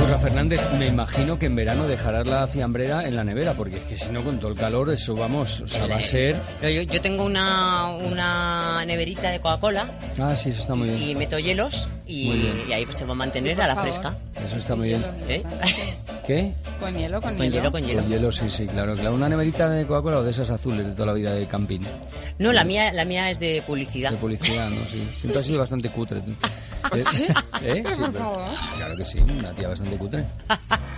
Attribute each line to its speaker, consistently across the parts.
Speaker 1: Olga Fernández, me imagino que en verano dejarás la fiambrera en la nevera, porque es que si no, con todo el calor, eso vamos, o sea, va a ser.
Speaker 2: Pero yo, yo tengo una, una neverita de Coca-Cola
Speaker 1: Ah, sí, eso está muy
Speaker 2: y
Speaker 1: bien.
Speaker 2: meto hielos y,
Speaker 1: Muy bien.
Speaker 2: y ahí pues se va a mantener
Speaker 3: Sí, por
Speaker 2: a la
Speaker 3: favor.
Speaker 2: fresca.
Speaker 1: Eso está muy bien.
Speaker 2: ¿Eh?
Speaker 1: ¿Qué?
Speaker 3: Con hielo, con,
Speaker 2: Con hielo, con hielo.
Speaker 1: Con hielo, sí, sí, claro, claro. Una neverita de Coca-Cola o de esas azules de toda la vida de camping.
Speaker 2: No, la mía, la mía es de
Speaker 1: De
Speaker 2: publicidad.
Speaker 1: publicidad, ¿no? Sí. Siempre has sido bastante cutre. tú. ¿Eh? ¿Eh? Sí,
Speaker 3: Por
Speaker 1: pero-
Speaker 3: favor.
Speaker 1: Claro que sí, una tía bastante cutre.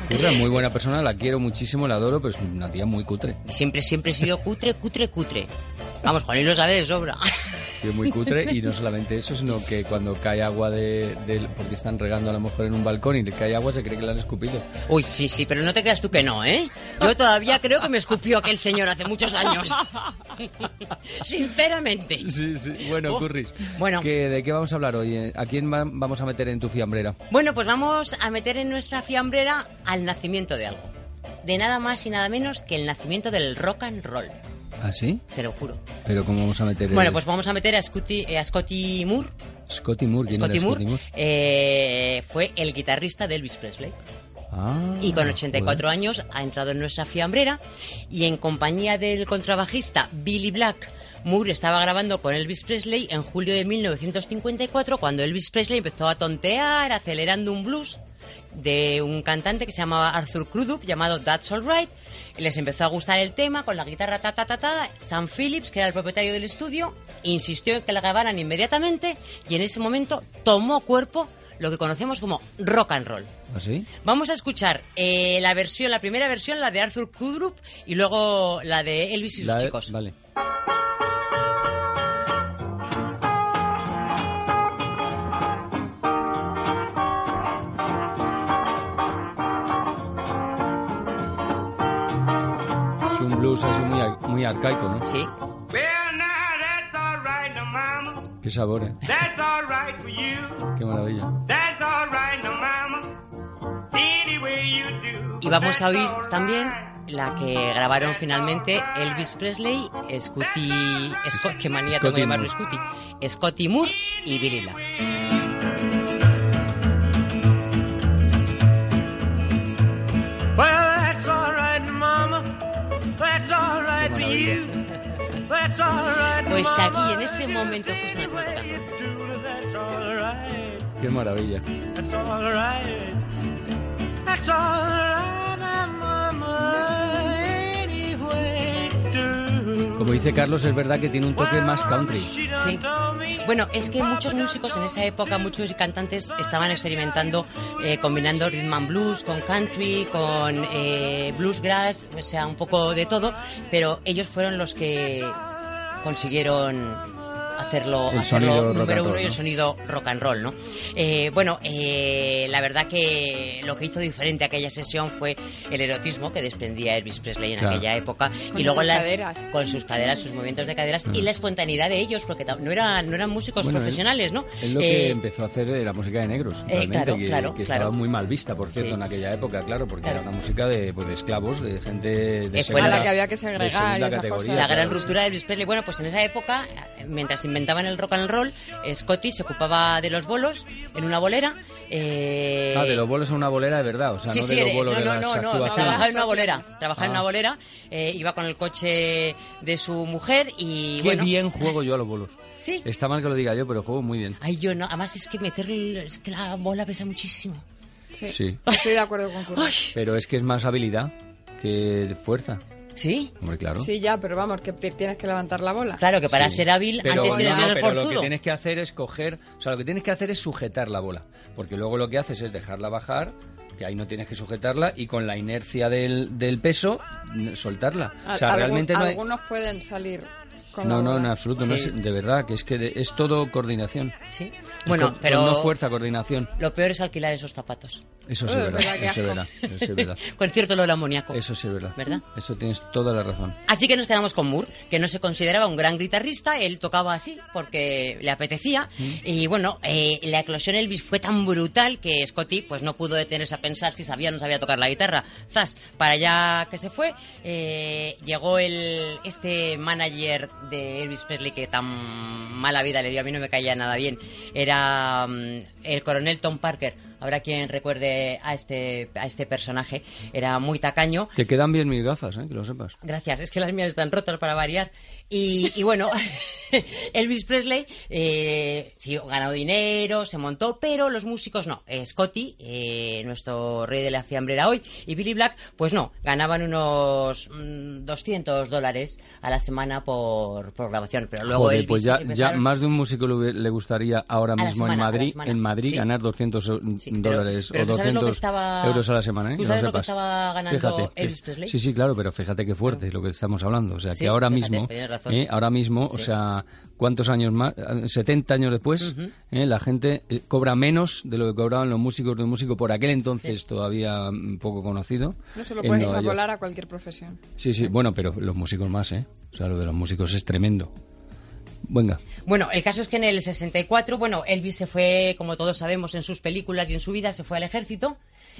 Speaker 1: Cutre, muy buena persona, la quiero muchísimo, la adoro, pero es una tía muy cutre.
Speaker 2: Siempre, siempre he sido cutre, cutre, cutre. Vamos, Juanín lo sabe de sobra.
Speaker 1: Sí, es muy cutre y no solamente eso, sino que cuando cae agua de, del- porque están regando a lo mejor en un balcón y le cae agua se cree que la han escupido.
Speaker 2: Uy, sí, sí, pero no te creas tú que no, ¿eh? Yo todavía creo que me escupió aquel señor hace muchos años. Sinceramente.
Speaker 1: Sí, sí. Bueno,
Speaker 2: Oh,
Speaker 1: Curris,
Speaker 2: bueno.
Speaker 1: ¿que- ¿de qué vamos a hablar hoy? eh? ¿A quién va- vamos a meter en tu fiambrera?
Speaker 2: Bueno, pues vamos a meter en nuestra fiambrera al nacimiento de algo. De nada más y nada menos que el nacimiento del rock and roll.
Speaker 1: ¿Ah, sí?
Speaker 2: Te lo juro.
Speaker 1: ¿Pero cómo vamos a meter el-
Speaker 2: Bueno, pues vamos a meter a, Scotty- eh, a Scotty Moore.
Speaker 1: Scotty Moore, ¿quién
Speaker 2: Scotty
Speaker 1: era
Speaker 2: Moore,
Speaker 1: Scotty Moore?
Speaker 2: eh, fue el guitarrista de Elvis Presley.
Speaker 1: Ah,
Speaker 2: Y con 84
Speaker 1: joder.
Speaker 2: años ha entrado en nuestra fiambrera y en compañía del contrabajista Billy Black, Moore estaba grabando con Elvis Presley en julio de 1954 cuando Elvis Presley empezó a tontear acelerando un blues de un cantante que se llamaba Arthur Crudup llamado That's Alright. Les empezó a gustar el tema con la guitarra ta ta ta ta. Sam Phillips, que era el propietario del estudio, insistió en que la grabaran inmediatamente y en ese momento tomó cuerpo lo que conocemos como rock and roll.
Speaker 1: ¿Ah, sí?
Speaker 2: Vamos a escuchar eh, la versión, la primera versión, la de Arthur Kudrup y luego la de Elvis y sus
Speaker 1: La-
Speaker 2: chicos.
Speaker 1: Vale. Es un blues así muy, ar- muy arcaico, ¿no?
Speaker 2: Sí,
Speaker 4: Well, now that's all right now, Mama.
Speaker 1: Qué sabor, ¿eh?
Speaker 4: That's all right for you.
Speaker 1: Qué maravilla.
Speaker 4: That's all right now, Mama. Any way you do.
Speaker 2: y vamos a
Speaker 4: That's
Speaker 2: oír
Speaker 4: all
Speaker 2: también
Speaker 4: right.
Speaker 2: la que grabaron finalmente Elvis Presley, Scotty, Scott, qué manía tengo
Speaker 1: Scotty
Speaker 2: de llamarlo
Speaker 1: Moore.
Speaker 2: Scotty, Scotty Moore y Billy Black.
Speaker 4: Well, that's all right now, Mama. That's all right for you. That's all right now,
Speaker 2: Pues aquí,
Speaker 4: Mama.
Speaker 2: en ese
Speaker 4: Just
Speaker 2: momento,
Speaker 4: any
Speaker 2: justo en el
Speaker 4: way
Speaker 2: rock and
Speaker 4: you do, That's all right.
Speaker 1: Qué maravilla.
Speaker 4: That's all right. That's all right now, Mama. Any way you do.
Speaker 1: Como dice Carlos, es verdad que tiene un toque más country.
Speaker 2: Sí. Bueno, es que muchos músicos en esa época, muchos cantantes estaban experimentando, eh, combinando rhythm and blues con country, con eh, bluesgrass, o sea, un poco de todo, pero ellos fueron los que consiguieron hacerlo,
Speaker 1: El
Speaker 2: hacerlo
Speaker 1: sonido rock and
Speaker 2: número
Speaker 1: roll,
Speaker 2: uno y el
Speaker 1: ¿no?
Speaker 2: sonido rock and roll, ¿no? Eh, bueno, eh, la verdad que lo que hizo diferente aquella sesión fue el erotismo que desprendía Elvis Presley en
Speaker 1: Claro.
Speaker 2: aquella época
Speaker 3: Con
Speaker 2: y luego
Speaker 3: sus
Speaker 2: la-
Speaker 3: caderas.
Speaker 2: con sus caderas, sus movimientos de caderas y la espontaneidad de ellos, porque ta- no eran, no eran músicos
Speaker 1: Bueno, él-
Speaker 2: profesionales, ¿no?
Speaker 1: Él lo que
Speaker 2: Eh,
Speaker 1: empezó a hacer era música de negros,
Speaker 2: eh,
Speaker 1: realmente,
Speaker 2: claro,
Speaker 1: que,
Speaker 2: claro,
Speaker 1: que
Speaker 2: claro.
Speaker 1: estaba muy mal vista, por cierto,
Speaker 2: Sí.
Speaker 1: en aquella época, claro, porque
Speaker 2: Claro.
Speaker 1: era una música de, pues, de esclavos, de gente de
Speaker 2: Eh, fue la-
Speaker 1: segunda-
Speaker 2: A la que
Speaker 3: había que
Speaker 1: de
Speaker 3: segregar
Speaker 1: segunda
Speaker 3: y esas
Speaker 1: categoría,
Speaker 3: cosas.
Speaker 2: la gran
Speaker 1: claro.
Speaker 2: ruptura de Elvis Presley. Bueno, pues en esa época, eh, mientras inventaban el rock and roll, eh, Scotty se ocupaba de los bolos en una bolera. eh,
Speaker 1: Ah, de los bolos a una bolera de verdad, o sea,
Speaker 2: sí,
Speaker 1: no
Speaker 2: sí,
Speaker 1: de los
Speaker 2: eh,
Speaker 1: bolos
Speaker 2: no,
Speaker 1: de
Speaker 2: no,
Speaker 1: las
Speaker 2: no, no,
Speaker 1: actuaciones.
Speaker 2: trabajaba en una bolera, trabajaba en
Speaker 1: Ah.
Speaker 2: una bolera, eh, iba con el coche de su mujer y
Speaker 1: Qué
Speaker 2: bueno,
Speaker 1: bien juego yo a los bolos.
Speaker 2: sí.
Speaker 1: Está mal que lo diga yo, pero juego muy bien.
Speaker 2: Ay, yo no, además es que meter el- es que la bola pesa muchísimo.
Speaker 3: Sí.
Speaker 1: Sí.
Speaker 3: Estoy de acuerdo con Curro.
Speaker 2: Ay,
Speaker 1: Pero es que es más habilidad que fuerza.
Speaker 2: sí.
Speaker 1: Hombre, claro.
Speaker 3: Sí, ya, pero vamos, que te- tienes que levantar la bola.
Speaker 2: Claro que para
Speaker 1: Sí.
Speaker 2: ser hábil
Speaker 1: Pero
Speaker 2: antes tienes
Speaker 1: no,
Speaker 2: que ser
Speaker 1: pero
Speaker 2: forzudo.
Speaker 1: lo que tienes que hacer es coger, o sea, lo que tienes que hacer es sujetar la bola, porque luego lo que haces es dejarla bajar, que ahí no tienes que sujetarla y con la inercia del, del peso n- soltarla. O sea,
Speaker 3: Al-
Speaker 1: realmente no
Speaker 3: algún-
Speaker 1: hay...
Speaker 3: Algunos pueden salir con
Speaker 1: No,
Speaker 3: la
Speaker 1: no,
Speaker 3: bola.
Speaker 1: en absoluto, no
Speaker 2: Sí.
Speaker 1: es, de verdad, que es que de- es todo coordinación.
Speaker 2: Sí.
Speaker 1: Es
Speaker 2: Bueno,
Speaker 1: con- con
Speaker 2: pero
Speaker 1: no fuerza, coordinación.
Speaker 2: lo peor es alquilar esos zapatos.
Speaker 1: Eso
Speaker 3: Eh,
Speaker 1: sí es verdad,
Speaker 3: verdad, qué
Speaker 1: eso es
Speaker 3: asco.
Speaker 1: verdad, eso es verdad.
Speaker 2: Con cierto olor a amoníaco.
Speaker 1: Eso sí es verdad.
Speaker 2: ¿Verdad?
Speaker 1: Eso tienes toda la razón.
Speaker 2: Así que nos quedamos con Moore, que no se consideraba un gran guitarrista, él tocaba así porque le apetecía. Y bueno, eh, la eclosión Elvis fue tan brutal que Scotty pues no pudo detenerse a pensar si sabía o no sabía tocar la guitarra. Zas, para allá que se fue, eh, llegó el este manager de Elvis Presley que tan mala vida le dio, a mí no me caía nada bien. Era mm, el coronel Tom Parker. Habrá quien recuerde a este, a este personaje. Era muy tacaño.
Speaker 1: Te quedan bien mis gafas, ¿eh? que lo sepas.
Speaker 2: Gracias, es que las mías están rotas para variar. Y, y bueno, Elvis Presley eh, sí, ganó dinero, se montó, pero los músicos no. Eh, Scotty, eh, nuestro rey de la fiambrera hoy, y Billy Black, pues no, ganaban unos mm, 200 dólares a la semana por, por grabación. Pero luego
Speaker 1: Joder,
Speaker 2: Elvis
Speaker 1: pues ya, ya
Speaker 2: empezaron-
Speaker 1: más de un músico le, hubie- le gustaría ahora
Speaker 2: la
Speaker 1: mismo
Speaker 2: semana, a
Speaker 1: en
Speaker 2: la
Speaker 1: Madrid,
Speaker 2: semana.
Speaker 1: en Madrid
Speaker 2: Sí.
Speaker 1: ganar 200 eu-
Speaker 2: Sí, pero-
Speaker 1: dólares
Speaker 2: pero
Speaker 1: o
Speaker 2: tú sabes lo que
Speaker 1: 200
Speaker 2: estaba-
Speaker 1: euros a la semana, ¿eh?
Speaker 2: tú
Speaker 1: Que
Speaker 2: sabes
Speaker 1: lo
Speaker 2: lo que
Speaker 1: sepas.
Speaker 2: estaba ganando
Speaker 1: Fíjate,
Speaker 2: Elvis
Speaker 1: sí.
Speaker 2: Presley.
Speaker 1: Sí, sí, claro, pero fíjate qué fuerte lo que estamos hablando. O sea,
Speaker 2: Sí,
Speaker 1: que ahora
Speaker 2: fíjate,
Speaker 1: mismo,
Speaker 2: tienes razón.
Speaker 1: ¿eh? ahora mismo, o sea, ¿cuántos años más? Eh, 70 años después, ¿eh? la gente eh, cobra menos de lo que cobraban los músicos de un músico por aquel entonces todavía mm, poco conocido.
Speaker 3: No se lo
Speaker 1: en
Speaker 3: puedes
Speaker 1: Nueva York.
Speaker 3: extrapolar a cualquier profesión.
Speaker 2: Eh.
Speaker 1: Sí, sí, bueno, pero los músicos más, ¿eh? O sea, lo de los músicos es tremendo. Venga.
Speaker 2: Bueno, el caso es que en el 64, bueno, Elvis se fue, como todos sabemos, en sus películas y en su vida, se fue al ejército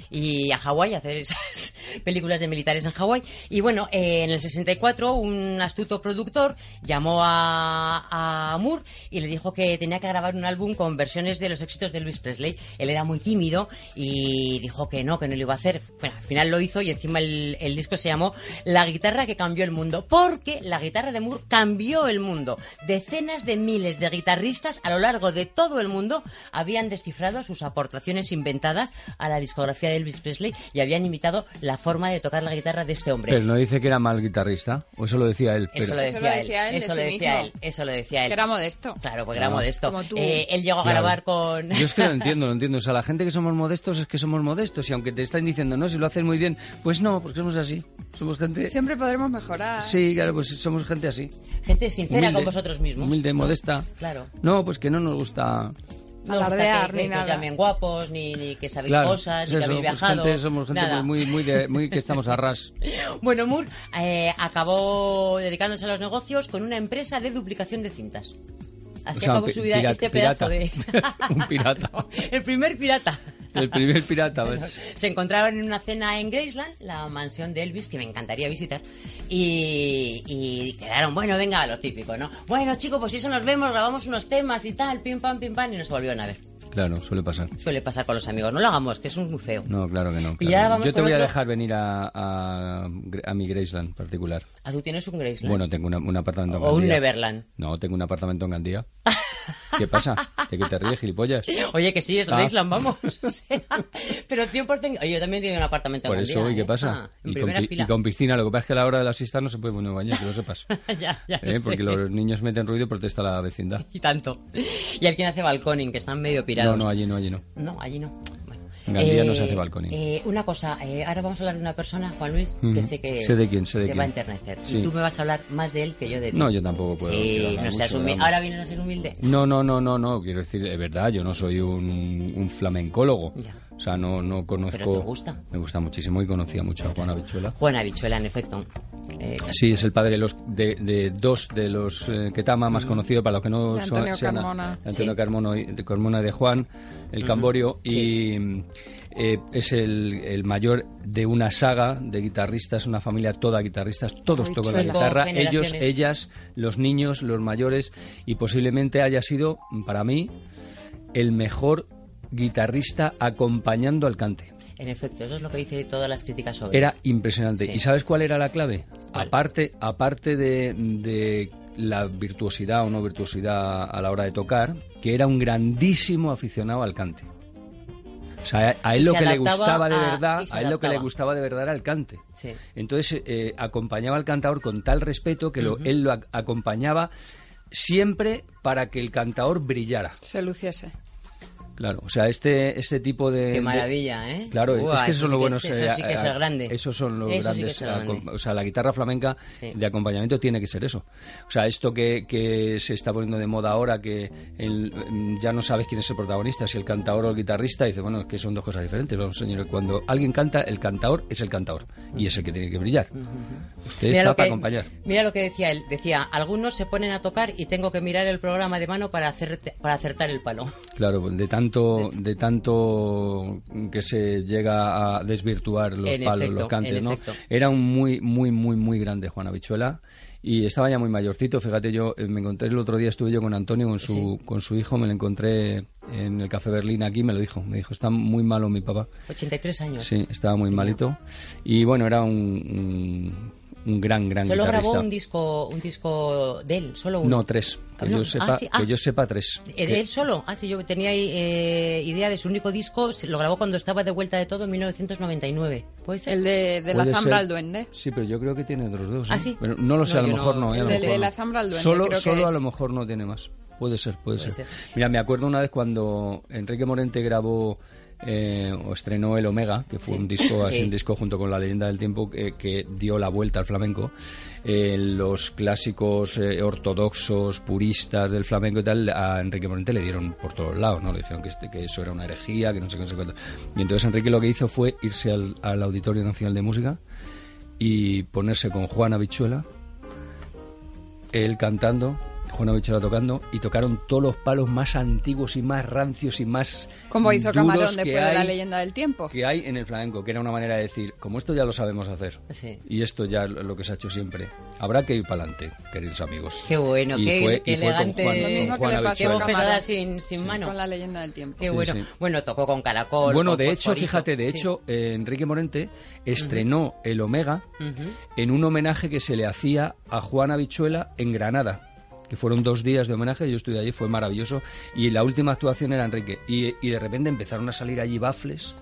Speaker 2: y a Hawái a hacer esas películas de militares en Hawái. Y bueno, eh, en el 64 un astuto productor llamó a, a Moore y le dijo que tenía que grabar un álbum con versiones de los éxitos de Elvis Presley. Él era muy tímido y dijo que no, que no lo iba a hacer. Bueno, al final lo hizo y encima el, el disco se llamó La guitarra que cambió el mundo, porque la guitarra de Moore cambió el mundo. Decenas de miles de guitarristas a lo largo de todo el mundo habían descifrado sus aportaciones inventadas a la discografía de Elvis Presley y habían imitado la forma de tocar la guitarra de este hombre.
Speaker 1: Pero Pues no dice que era mal guitarrista, o eso lo decía él.
Speaker 2: eso,
Speaker 1: pero-
Speaker 2: lo
Speaker 3: Eso
Speaker 2: decía
Speaker 3: lo
Speaker 2: él,
Speaker 3: decía él de
Speaker 2: eso lo
Speaker 3: sí
Speaker 2: decía
Speaker 3: mismo.
Speaker 2: él, eso lo decía él.
Speaker 3: Que era modesto.
Speaker 2: Claro, porque era
Speaker 1: Claro.
Speaker 2: modesto.
Speaker 3: Como tú.
Speaker 2: Eh, él llegó a
Speaker 1: Claro.
Speaker 2: grabar con...
Speaker 1: Yo es que lo entiendo, lo entiendo. O sea, la gente que somos modestos es que somos modestos. Y aunque te están diciendo, no, si lo haces muy bien, pues no, porque somos así. Somos gente...
Speaker 3: Siempre podremos mejorar.
Speaker 1: Sí, claro, pues somos gente así.
Speaker 2: Gente sincera
Speaker 1: Humilde,
Speaker 2: con vosotros mismos.
Speaker 1: Humilde, modesta.
Speaker 2: Claro.
Speaker 1: No, pues que no nos gusta...
Speaker 2: No os gusta
Speaker 3: Alardear
Speaker 2: que,
Speaker 3: ni
Speaker 2: que os
Speaker 3: nada.
Speaker 2: llamen guapos, ni, ni que sabéis
Speaker 1: Claro,
Speaker 2: cosas,
Speaker 1: pues
Speaker 2: ni que
Speaker 1: eso,
Speaker 2: habéis
Speaker 1: pues
Speaker 2: viajado.
Speaker 1: gente- somos gente
Speaker 2: nada.
Speaker 1: pues muy, muy, de- muy que estamos a ras.
Speaker 2: Bueno, Moore eh, acabó dedicándose a los negocios con una empresa de duplicación de cintas. Así
Speaker 1: O sea,
Speaker 2: acabó
Speaker 1: pi-
Speaker 2: su vida
Speaker 1: pirata-
Speaker 2: este pedazo
Speaker 1: pirata.
Speaker 2: de...
Speaker 1: Un pirata.
Speaker 2: No, el primer pirata.
Speaker 1: El primer pirata, ¿ves?
Speaker 2: Se encontraron en una cena en Graceland, la mansión de Elvis, que me encantaría visitar. Y, y quedaron, bueno, venga, lo típico, ¿no? Bueno, chicos, pues eso nos vemos, grabamos unos temas y tal, pim, pam, pim, pam, y nos volvieron a ver.
Speaker 1: Claro, suele pasar.
Speaker 2: Suele pasar con los amigos, no lo hagamos, que eso es muy feo.
Speaker 1: No, claro que no.
Speaker 2: Y
Speaker 1: claro que
Speaker 2: ahora
Speaker 1: no.
Speaker 2: vamos
Speaker 1: Yo te
Speaker 2: con
Speaker 1: voy a
Speaker 2: otro.
Speaker 1: dejar venir a, a, a mi Graceland particular.
Speaker 2: Ah, tú tienes un Graceland.
Speaker 1: Bueno, tengo una- un apartamento en
Speaker 2: o un
Speaker 1: Gandía.
Speaker 2: Neverland.
Speaker 1: No, tengo un apartamento en Gandía. ¿Qué pasa? ¿De qué te ríes, gilipollas?
Speaker 2: Oye, que sí, es
Speaker 1: Ah.
Speaker 2: Graceland, vamos. O sea, pero 100%. Oye, yo también tengo un apartamento
Speaker 1: Por
Speaker 2: en
Speaker 1: eso,
Speaker 2: Gandía,
Speaker 1: ¿y qué
Speaker 2: ¿eh?
Speaker 1: pasa?
Speaker 2: Ah, en
Speaker 1: y, con,
Speaker 2: primera
Speaker 1: pi-
Speaker 2: fila.
Speaker 1: y con piscina. Lo que pasa es que a la hora de la siesta no se puede poner a bañar, que lo sepas.
Speaker 2: ya, ya lo
Speaker 1: ¿Eh?
Speaker 2: sé.
Speaker 1: Porque los niños meten ruido y protesta la vecindad.
Speaker 2: Y tanto. Y al quien hace balconing, que están medio
Speaker 1: No,
Speaker 2: pirados.
Speaker 1: no, allí no, allí no.
Speaker 2: No, allí no. Bueno.
Speaker 1: En Gandía no se hace balconing.
Speaker 2: eh, una cosa, eh, ahora vamos a hablar de una persona, Juan Luis, que
Speaker 1: Ujú.
Speaker 2: sé que
Speaker 1: Sé de quién, sé de
Speaker 2: te
Speaker 1: quién.
Speaker 2: va a enternecer.
Speaker 1: Sí.
Speaker 2: Y tú me vas a hablar más de él que yo de ti.
Speaker 1: No, yo tampoco puedo
Speaker 2: Sí,
Speaker 1: hablar
Speaker 2: no seas
Speaker 1: mucho,
Speaker 2: humilde.
Speaker 1: vamos.
Speaker 2: Ahora vienes a ser humilde.
Speaker 1: No, no, no, no, no. Quiero decir, es verdad, yo no soy un, un flamencólogo.
Speaker 2: Ya.
Speaker 1: O sea, no, no conozco.
Speaker 2: Pero te gusta.
Speaker 1: Me gusta muchísimo y conocía mucho a Juana Bichuela.
Speaker 2: Juan Habichuela, en efecto. Eh,
Speaker 1: Sí, es el padre de, los, de, de dos de los eh, Ketama más conocido para los que no
Speaker 3: Mm. De
Speaker 1: son-
Speaker 3: Antonio
Speaker 1: sean a-
Speaker 3: Carmona.
Speaker 1: de Antonio
Speaker 2: Sí.
Speaker 1: Carmona y- de Carmona de Juan, el Camborio, y mm, eh, es el, el mayor de una saga de guitarristas, una familia toda guitarristas, todos tocan la
Speaker 3: Habichuela.
Speaker 1: guitarra,
Speaker 2: Cinco
Speaker 1: ellos,
Speaker 2: generaciones.
Speaker 1: ellas, los niños, los mayores, y posiblemente haya sido, para mí, el mejor guitarrista acompañando al cante.
Speaker 2: En efecto, eso es lo que dice todas las críticas sobre él.
Speaker 1: Era impresionante.
Speaker 2: Sí.
Speaker 1: ¿Y sabes cuál era la clave? Aparte, aparte de, de la virtuosidad o no virtuosidad a la hora de tocar, que era un grandísimo aficionado al cante. O sea, a él
Speaker 2: Y
Speaker 1: lo
Speaker 2: se
Speaker 1: que le
Speaker 2: adaptaba
Speaker 1: gustaba de
Speaker 2: a-
Speaker 1: verdad,
Speaker 2: y se
Speaker 1: a él lo que le
Speaker 2: adaptaba.
Speaker 1: gustaba de verdad era el cante.
Speaker 2: Sí.
Speaker 1: Entonces eh, acompañaba al cantador con tal respeto que lo- él lo ac- acompañaba siempre para que el cantador brillara.
Speaker 3: Se luciese.
Speaker 1: Claro, o sea, este, este tipo de...
Speaker 2: Qué
Speaker 1: de-
Speaker 2: maravilla, ¿eh?
Speaker 1: Claro,
Speaker 2: Buah,
Speaker 1: es que esos son
Speaker 2: sí
Speaker 1: los buenos.
Speaker 2: es-
Speaker 1: eh,
Speaker 2: Eso sí que es
Speaker 1: a-
Speaker 2: el grande.
Speaker 1: Esos son los
Speaker 2: Eso sí
Speaker 1: grandes.
Speaker 2: que es el grande.
Speaker 1: acom- O sea, la guitarra flamenca
Speaker 2: Sí.
Speaker 1: de acompañamiento tiene que ser eso. O sea, esto que, que se está poniendo de moda ahora, que el- mm, ya no sabes quién es el protagonista, si el cantador o el guitarrista, dice, bueno, es que son dos cosas diferentes. Vamos, señores, cuando alguien canta, el cantador es el cantador y es el que tiene que brillar. Usted
Speaker 2: Mira
Speaker 1: está para
Speaker 2: lo que-
Speaker 1: acompañar.
Speaker 2: Mira lo que decía él. Decía, algunos se ponen a tocar y tengo que mirar el programa de mano para, hacer, para acertar el palo.
Speaker 1: Claro, de tanto, de tanto que se llega a desvirtuar los
Speaker 2: En
Speaker 1: palos,
Speaker 2: efecto,
Speaker 1: los cantes,
Speaker 2: en
Speaker 1: ¿no?
Speaker 2: efecto.
Speaker 1: Era un muy, muy, muy, muy grande Juan Habichuela y estaba ya muy mayorcito. Fíjate, yo eh, me encontré el otro día, estuve yo con Antonio, con su, con su hijo, me lo encontré en el Café Berlín aquí, me lo dijo. Me dijo, está muy malo mi papá.
Speaker 2: 83 años.
Speaker 1: Sí, estaba muy malito. Y bueno, era un, un, un gran, gran
Speaker 2: Solo grabó
Speaker 1: guitarrista.
Speaker 2: un disco, un disco de él, solo uno.
Speaker 1: No, tres. Que,
Speaker 2: ¿No?
Speaker 1: yo,
Speaker 2: Ah,
Speaker 1: sepa,
Speaker 2: sí, ah.
Speaker 1: que yo sepa, tres.
Speaker 2: ¿Eh,
Speaker 1: Que-
Speaker 2: ¿De él solo? Ah, sí, yo tenía ahí, eh, idea de su único disco. se- Lo grabó cuando estaba de vuelta de todo en 1999. Pues
Speaker 3: El de, de la
Speaker 1: Puede
Speaker 3: zambra
Speaker 1: ser.
Speaker 3: al duende.
Speaker 1: Sí, pero yo creo que tiene otros dos. ¿eh?
Speaker 2: ¿Ah, sí?
Speaker 1: Pero no lo sé,
Speaker 2: No,
Speaker 1: a lo
Speaker 2: yo
Speaker 1: mejor
Speaker 2: no.
Speaker 1: no. ¿eh? a lo
Speaker 3: El de
Speaker 1: mejor
Speaker 3: la
Speaker 1: no.
Speaker 3: zambra al duende,
Speaker 1: Solo,
Speaker 3: creo que
Speaker 1: solo a
Speaker 3: es.
Speaker 1: lo mejor no tiene más. Puede ser, puede,
Speaker 2: Puede
Speaker 1: ser.
Speaker 2: ser.
Speaker 1: Mira, me acuerdo una vez cuando Enrique Morente grabó eh, o estrenó El Omega, que fue
Speaker 2: Sí.
Speaker 1: un disco, así
Speaker 2: Sí.
Speaker 1: un disco junto con La Leyenda del Tiempo que, que dio la vuelta al flamenco. eh, los clásicos eh, ortodoxos, puristas del flamenco y tal, a Enrique Morente le dieron por todos lados, ¿no? Le dijeron que, este- que eso era una herejía, que no sé qué, no sé cuánto. Y entonces Enrique lo que hizo fue irse al- al Auditorio Nacional de Música y ponerse con Juan Habichuela, él cantando, Juan Habichuela tocando, y tocaron todos los palos más antiguos y más rancios y más.
Speaker 3: Como hizo
Speaker 1: duros que
Speaker 3: Camarón después de la
Speaker 1: hay-
Speaker 3: leyenda del tiempo.
Speaker 1: Que hay en el flamenco, que era una manera de decir, como esto ya lo sabemos hacer,
Speaker 2: Sí.
Speaker 1: y esto ya es lo que se ha hecho siempre, habrá que ir para adelante, queridos amigos.
Speaker 2: Qué bueno,
Speaker 1: Y
Speaker 2: qué,
Speaker 1: fue-
Speaker 2: qué
Speaker 1: y fue con
Speaker 2: elegante.
Speaker 1: Juan-
Speaker 3: Lo
Speaker 1: con
Speaker 3: mismo que
Speaker 1: Juan
Speaker 3: le pasó
Speaker 2: qué
Speaker 3: a
Speaker 1: Habichuela.
Speaker 3: Camarón.
Speaker 2: bofetada sin, sin mano.
Speaker 3: Con la leyenda del tiempo.
Speaker 2: Qué
Speaker 1: Sí,
Speaker 2: bueno.
Speaker 1: sí.
Speaker 2: Bueno, tocó con caracol.
Speaker 1: Bueno,
Speaker 2: con
Speaker 1: de hecho,
Speaker 2: fosforito.
Speaker 1: fíjate, de
Speaker 2: Sí.
Speaker 1: hecho, eh, Enrique Morente estrenó el Omega
Speaker 2: Ujú.
Speaker 1: en un homenaje que se le hacía a Juan Habichuela en Granada que fueron dos días de homenaje, yo estuve allí, fue maravilloso, y la última actuación era Enrique, y, y de repente empezaron a salir allí bafles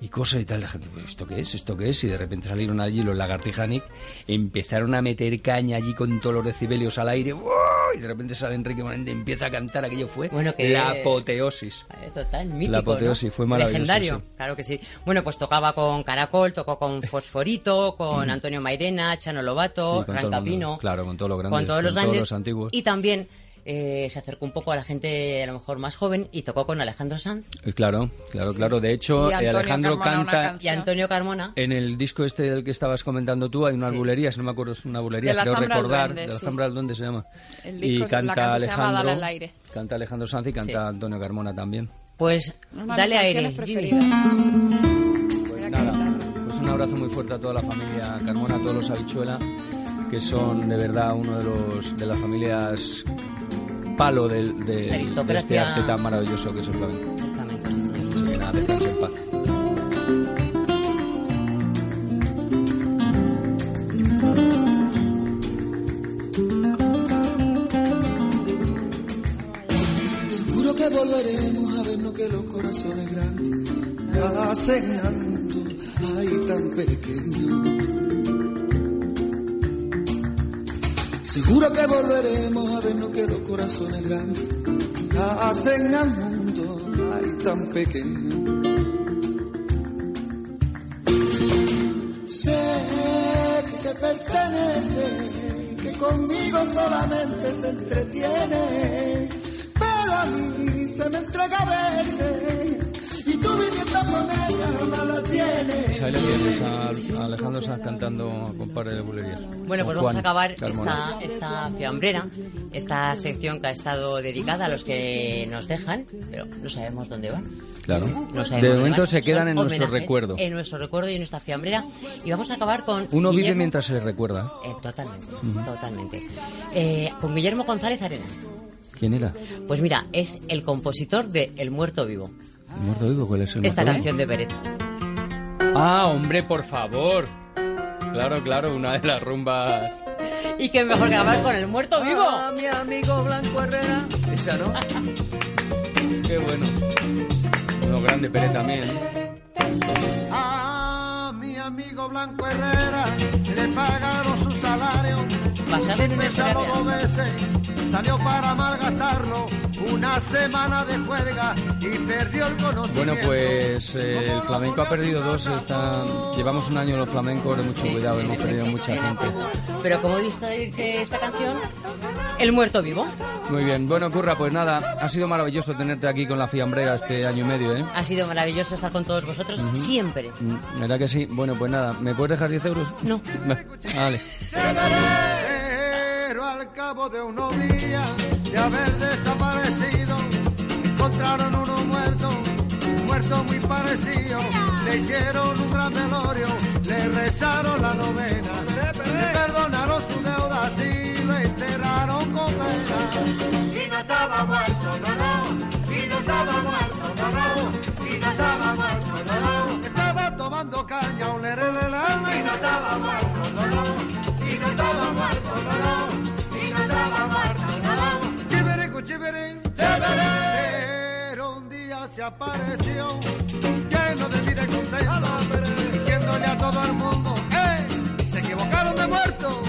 Speaker 1: y cosas y tal, la gente, "Pero ¿esto qué es? ¿esto qué es? Y de repente salieron allí los lagartijanic, empezaron a meter caña allí con todos los decibelios al aire, ¡wow! y de repente sale Enrique Morente, empieza a cantar, aquello fue
Speaker 2: Bueno, que-
Speaker 1: la apoteosis.
Speaker 2: Eh, Total, mítico,
Speaker 1: La apoteosis
Speaker 2: ¿no?
Speaker 1: fue maravillosa,
Speaker 2: Legendario,
Speaker 1: sí.
Speaker 2: claro que sí. Bueno, pues tocaba con Caracol, tocó con Fosforito, con Antonio Mairena, Chano Lobato,
Speaker 1: Mm. Sí, con
Speaker 2: Gran
Speaker 1: todo el mundo.
Speaker 2: Capino.
Speaker 1: Claro, con todos los grandes,
Speaker 2: Con todos los
Speaker 1: con todos
Speaker 2: grandes.
Speaker 1: los antiguos.
Speaker 2: Y también eh, se acercó un poco a la gente, a lo mejor más joven, y tocó con Alejandro Sanz
Speaker 1: Eh, Claro, claro, claro, de hecho,
Speaker 3: Y
Speaker 1: eh,
Speaker 3: Antonio
Speaker 1: Alejandro
Speaker 3: Carmona, una
Speaker 1: canta...
Speaker 3: canción.
Speaker 2: y Antonio Carmona.
Speaker 1: En el disco este del que estabas comentando tú hay unas
Speaker 2: Sí.
Speaker 1: bulerías, no me acuerdo, es una bulería,
Speaker 3: De la
Speaker 1: creo
Speaker 3: Zambra al
Speaker 1: recordar,
Speaker 3: Duende,
Speaker 1: de la
Speaker 3: sí.
Speaker 1: Zambra al Duende se llama.
Speaker 3: El disco
Speaker 1: y
Speaker 3: es- la
Speaker 1: canta
Speaker 3: canción se llama
Speaker 1: Alejandro,
Speaker 3: Dale al aire.
Speaker 1: canta Alejandro Sanz y canta
Speaker 2: Sí.
Speaker 1: Antonio Carmona también.
Speaker 2: Pues
Speaker 3: Una de
Speaker 2: dale
Speaker 3: mis
Speaker 2: aire.
Speaker 3: canciones
Speaker 2: Jimmy.
Speaker 3: preferidas.
Speaker 1: Pues
Speaker 3: Mira qué
Speaker 1: nada,
Speaker 3: guitarra.
Speaker 1: pues un abrazo muy fuerte a toda la familia Carmona, a todos los habichuela, que son de verdad uno de los de las familias palo del, de, de
Speaker 2: Aristocracia.
Speaker 1: este arte tan maravilloso que es el flamenco.
Speaker 2: Exactamente, sí, señor.
Speaker 1: Así que nada, descanse en paz.
Speaker 5: Seguro que volveremos a vernos que los corazones grandes hacen al mundo ay tan pequeño. Seguro que volveremos a vernos que los corazones grandes hacen al mundo ay tan pequeño. Sé que te pertenece, que conmigo solamente se entretiene, pero a mí se me entrega a veces y tú viviendo con ella jamás la tienes.
Speaker 1: Pues ahí le tienes a- a Alejandro Sanz cantando con par de bulerías. Con
Speaker 2: Bueno, pues vamos
Speaker 1: Juan
Speaker 2: a acabar
Speaker 1: Carmona.
Speaker 2: esta, esta fiambrera, esta sección que ha estado dedicada a los que nos dejan, pero no sabemos dónde van.
Speaker 1: Claro.
Speaker 2: No sabemos
Speaker 1: de
Speaker 2: dónde
Speaker 1: momento
Speaker 2: van.
Speaker 1: se quedan
Speaker 2: Son
Speaker 1: en nuestro
Speaker 2: homenajes
Speaker 1: recuerdo.
Speaker 2: En nuestro recuerdo y en nuestra fiambrera. Y vamos a acabar con.
Speaker 1: Uno vive
Speaker 2: Guillermo-
Speaker 1: mientras se le recuerda.
Speaker 2: Eh, totalmente, totalmente. Eh, con Guillermo González Arenas.
Speaker 1: ¿Quién era?
Speaker 2: Pues mira, es el compositor de El Muerto Vivo.
Speaker 1: ¿El muerto vivo? ¿Cuál es el muerto
Speaker 2: Esta
Speaker 1: vivo?
Speaker 2: canción de Beret.
Speaker 1: Ah, hombre, por favor. Claro, claro, una de las rumbas.
Speaker 2: Y que mejor que acabar con El Muerto Vivo.
Speaker 1: Ah, mi amigo Blanco Herrera. Esa, ¿no? Qué bueno. Uno grande, Pérez también.
Speaker 6: A mi amigo Blanco Herrera le pagaron su salario.
Speaker 2: Basada en una
Speaker 6: Me
Speaker 2: historia
Speaker 6: llamó dos
Speaker 2: real.
Speaker 6: veces, salió para malgastarlo una semana de juerga y perdió el conocimiento.
Speaker 1: Bueno, pues eh, el flamenco ha perdido dos. Está... Llevamos un año los flamencos de mucho cuidado, hemos perdido mucha gente.
Speaker 2: Pero como he visto eh, esta canción, El muerto vivo.
Speaker 1: Muy bien, bueno, Curra, pues nada, ha sido maravilloso tenerte aquí con la fiambrera este año y medio, ¿eh?
Speaker 2: Ha sido maravilloso estar con todos vosotros siempre.
Speaker 1: Mm, ¿Verdad que sí? Bueno, pues nada, ¿me puedes dejar 10 euros?
Speaker 2: No.
Speaker 1: Vale.
Speaker 6: Pero al cabo de unos días de haber desaparecido, encontraron uno muerto, un muerto muy parecido. Le hicieron un gran velorio, le rezaron la novena, le perdonaron su deuda, y lo enterraron con pena. Y no estaba muerto, no, no, y no estaba muerto, no, no, y no estaba muerto, no, no. Estaba tomando caña, un lerelelele, y no estaba muerto, no, no, y no estaba muerto, no, no, y no estaba muerto, no, no. Chévere, cu, chévere, chévere. Pero un día se apareció, lleno de vida y contento, diciéndole a todo el mundo, ¡eh! Se equivocaron de muerto,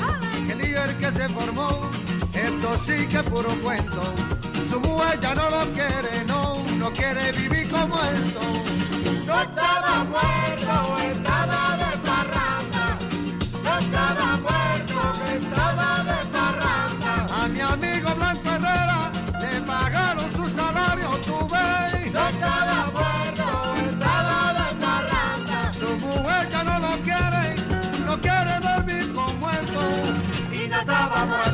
Speaker 6: que lío el que se formó, esto sí que es puro cuento. Su mujer ya no lo quiere, no, no quiere vivir como esto. No estaba muerto, estaba de parranda. No estaba muerto, estaba de parranda. A mi amigo Blanco Herrera le pagaron su salario, tú ves. No estaba muerto, estaba de parranda. Su mujer ya no lo quiere, no quiere dormir con muerto. Y no estaba muerto.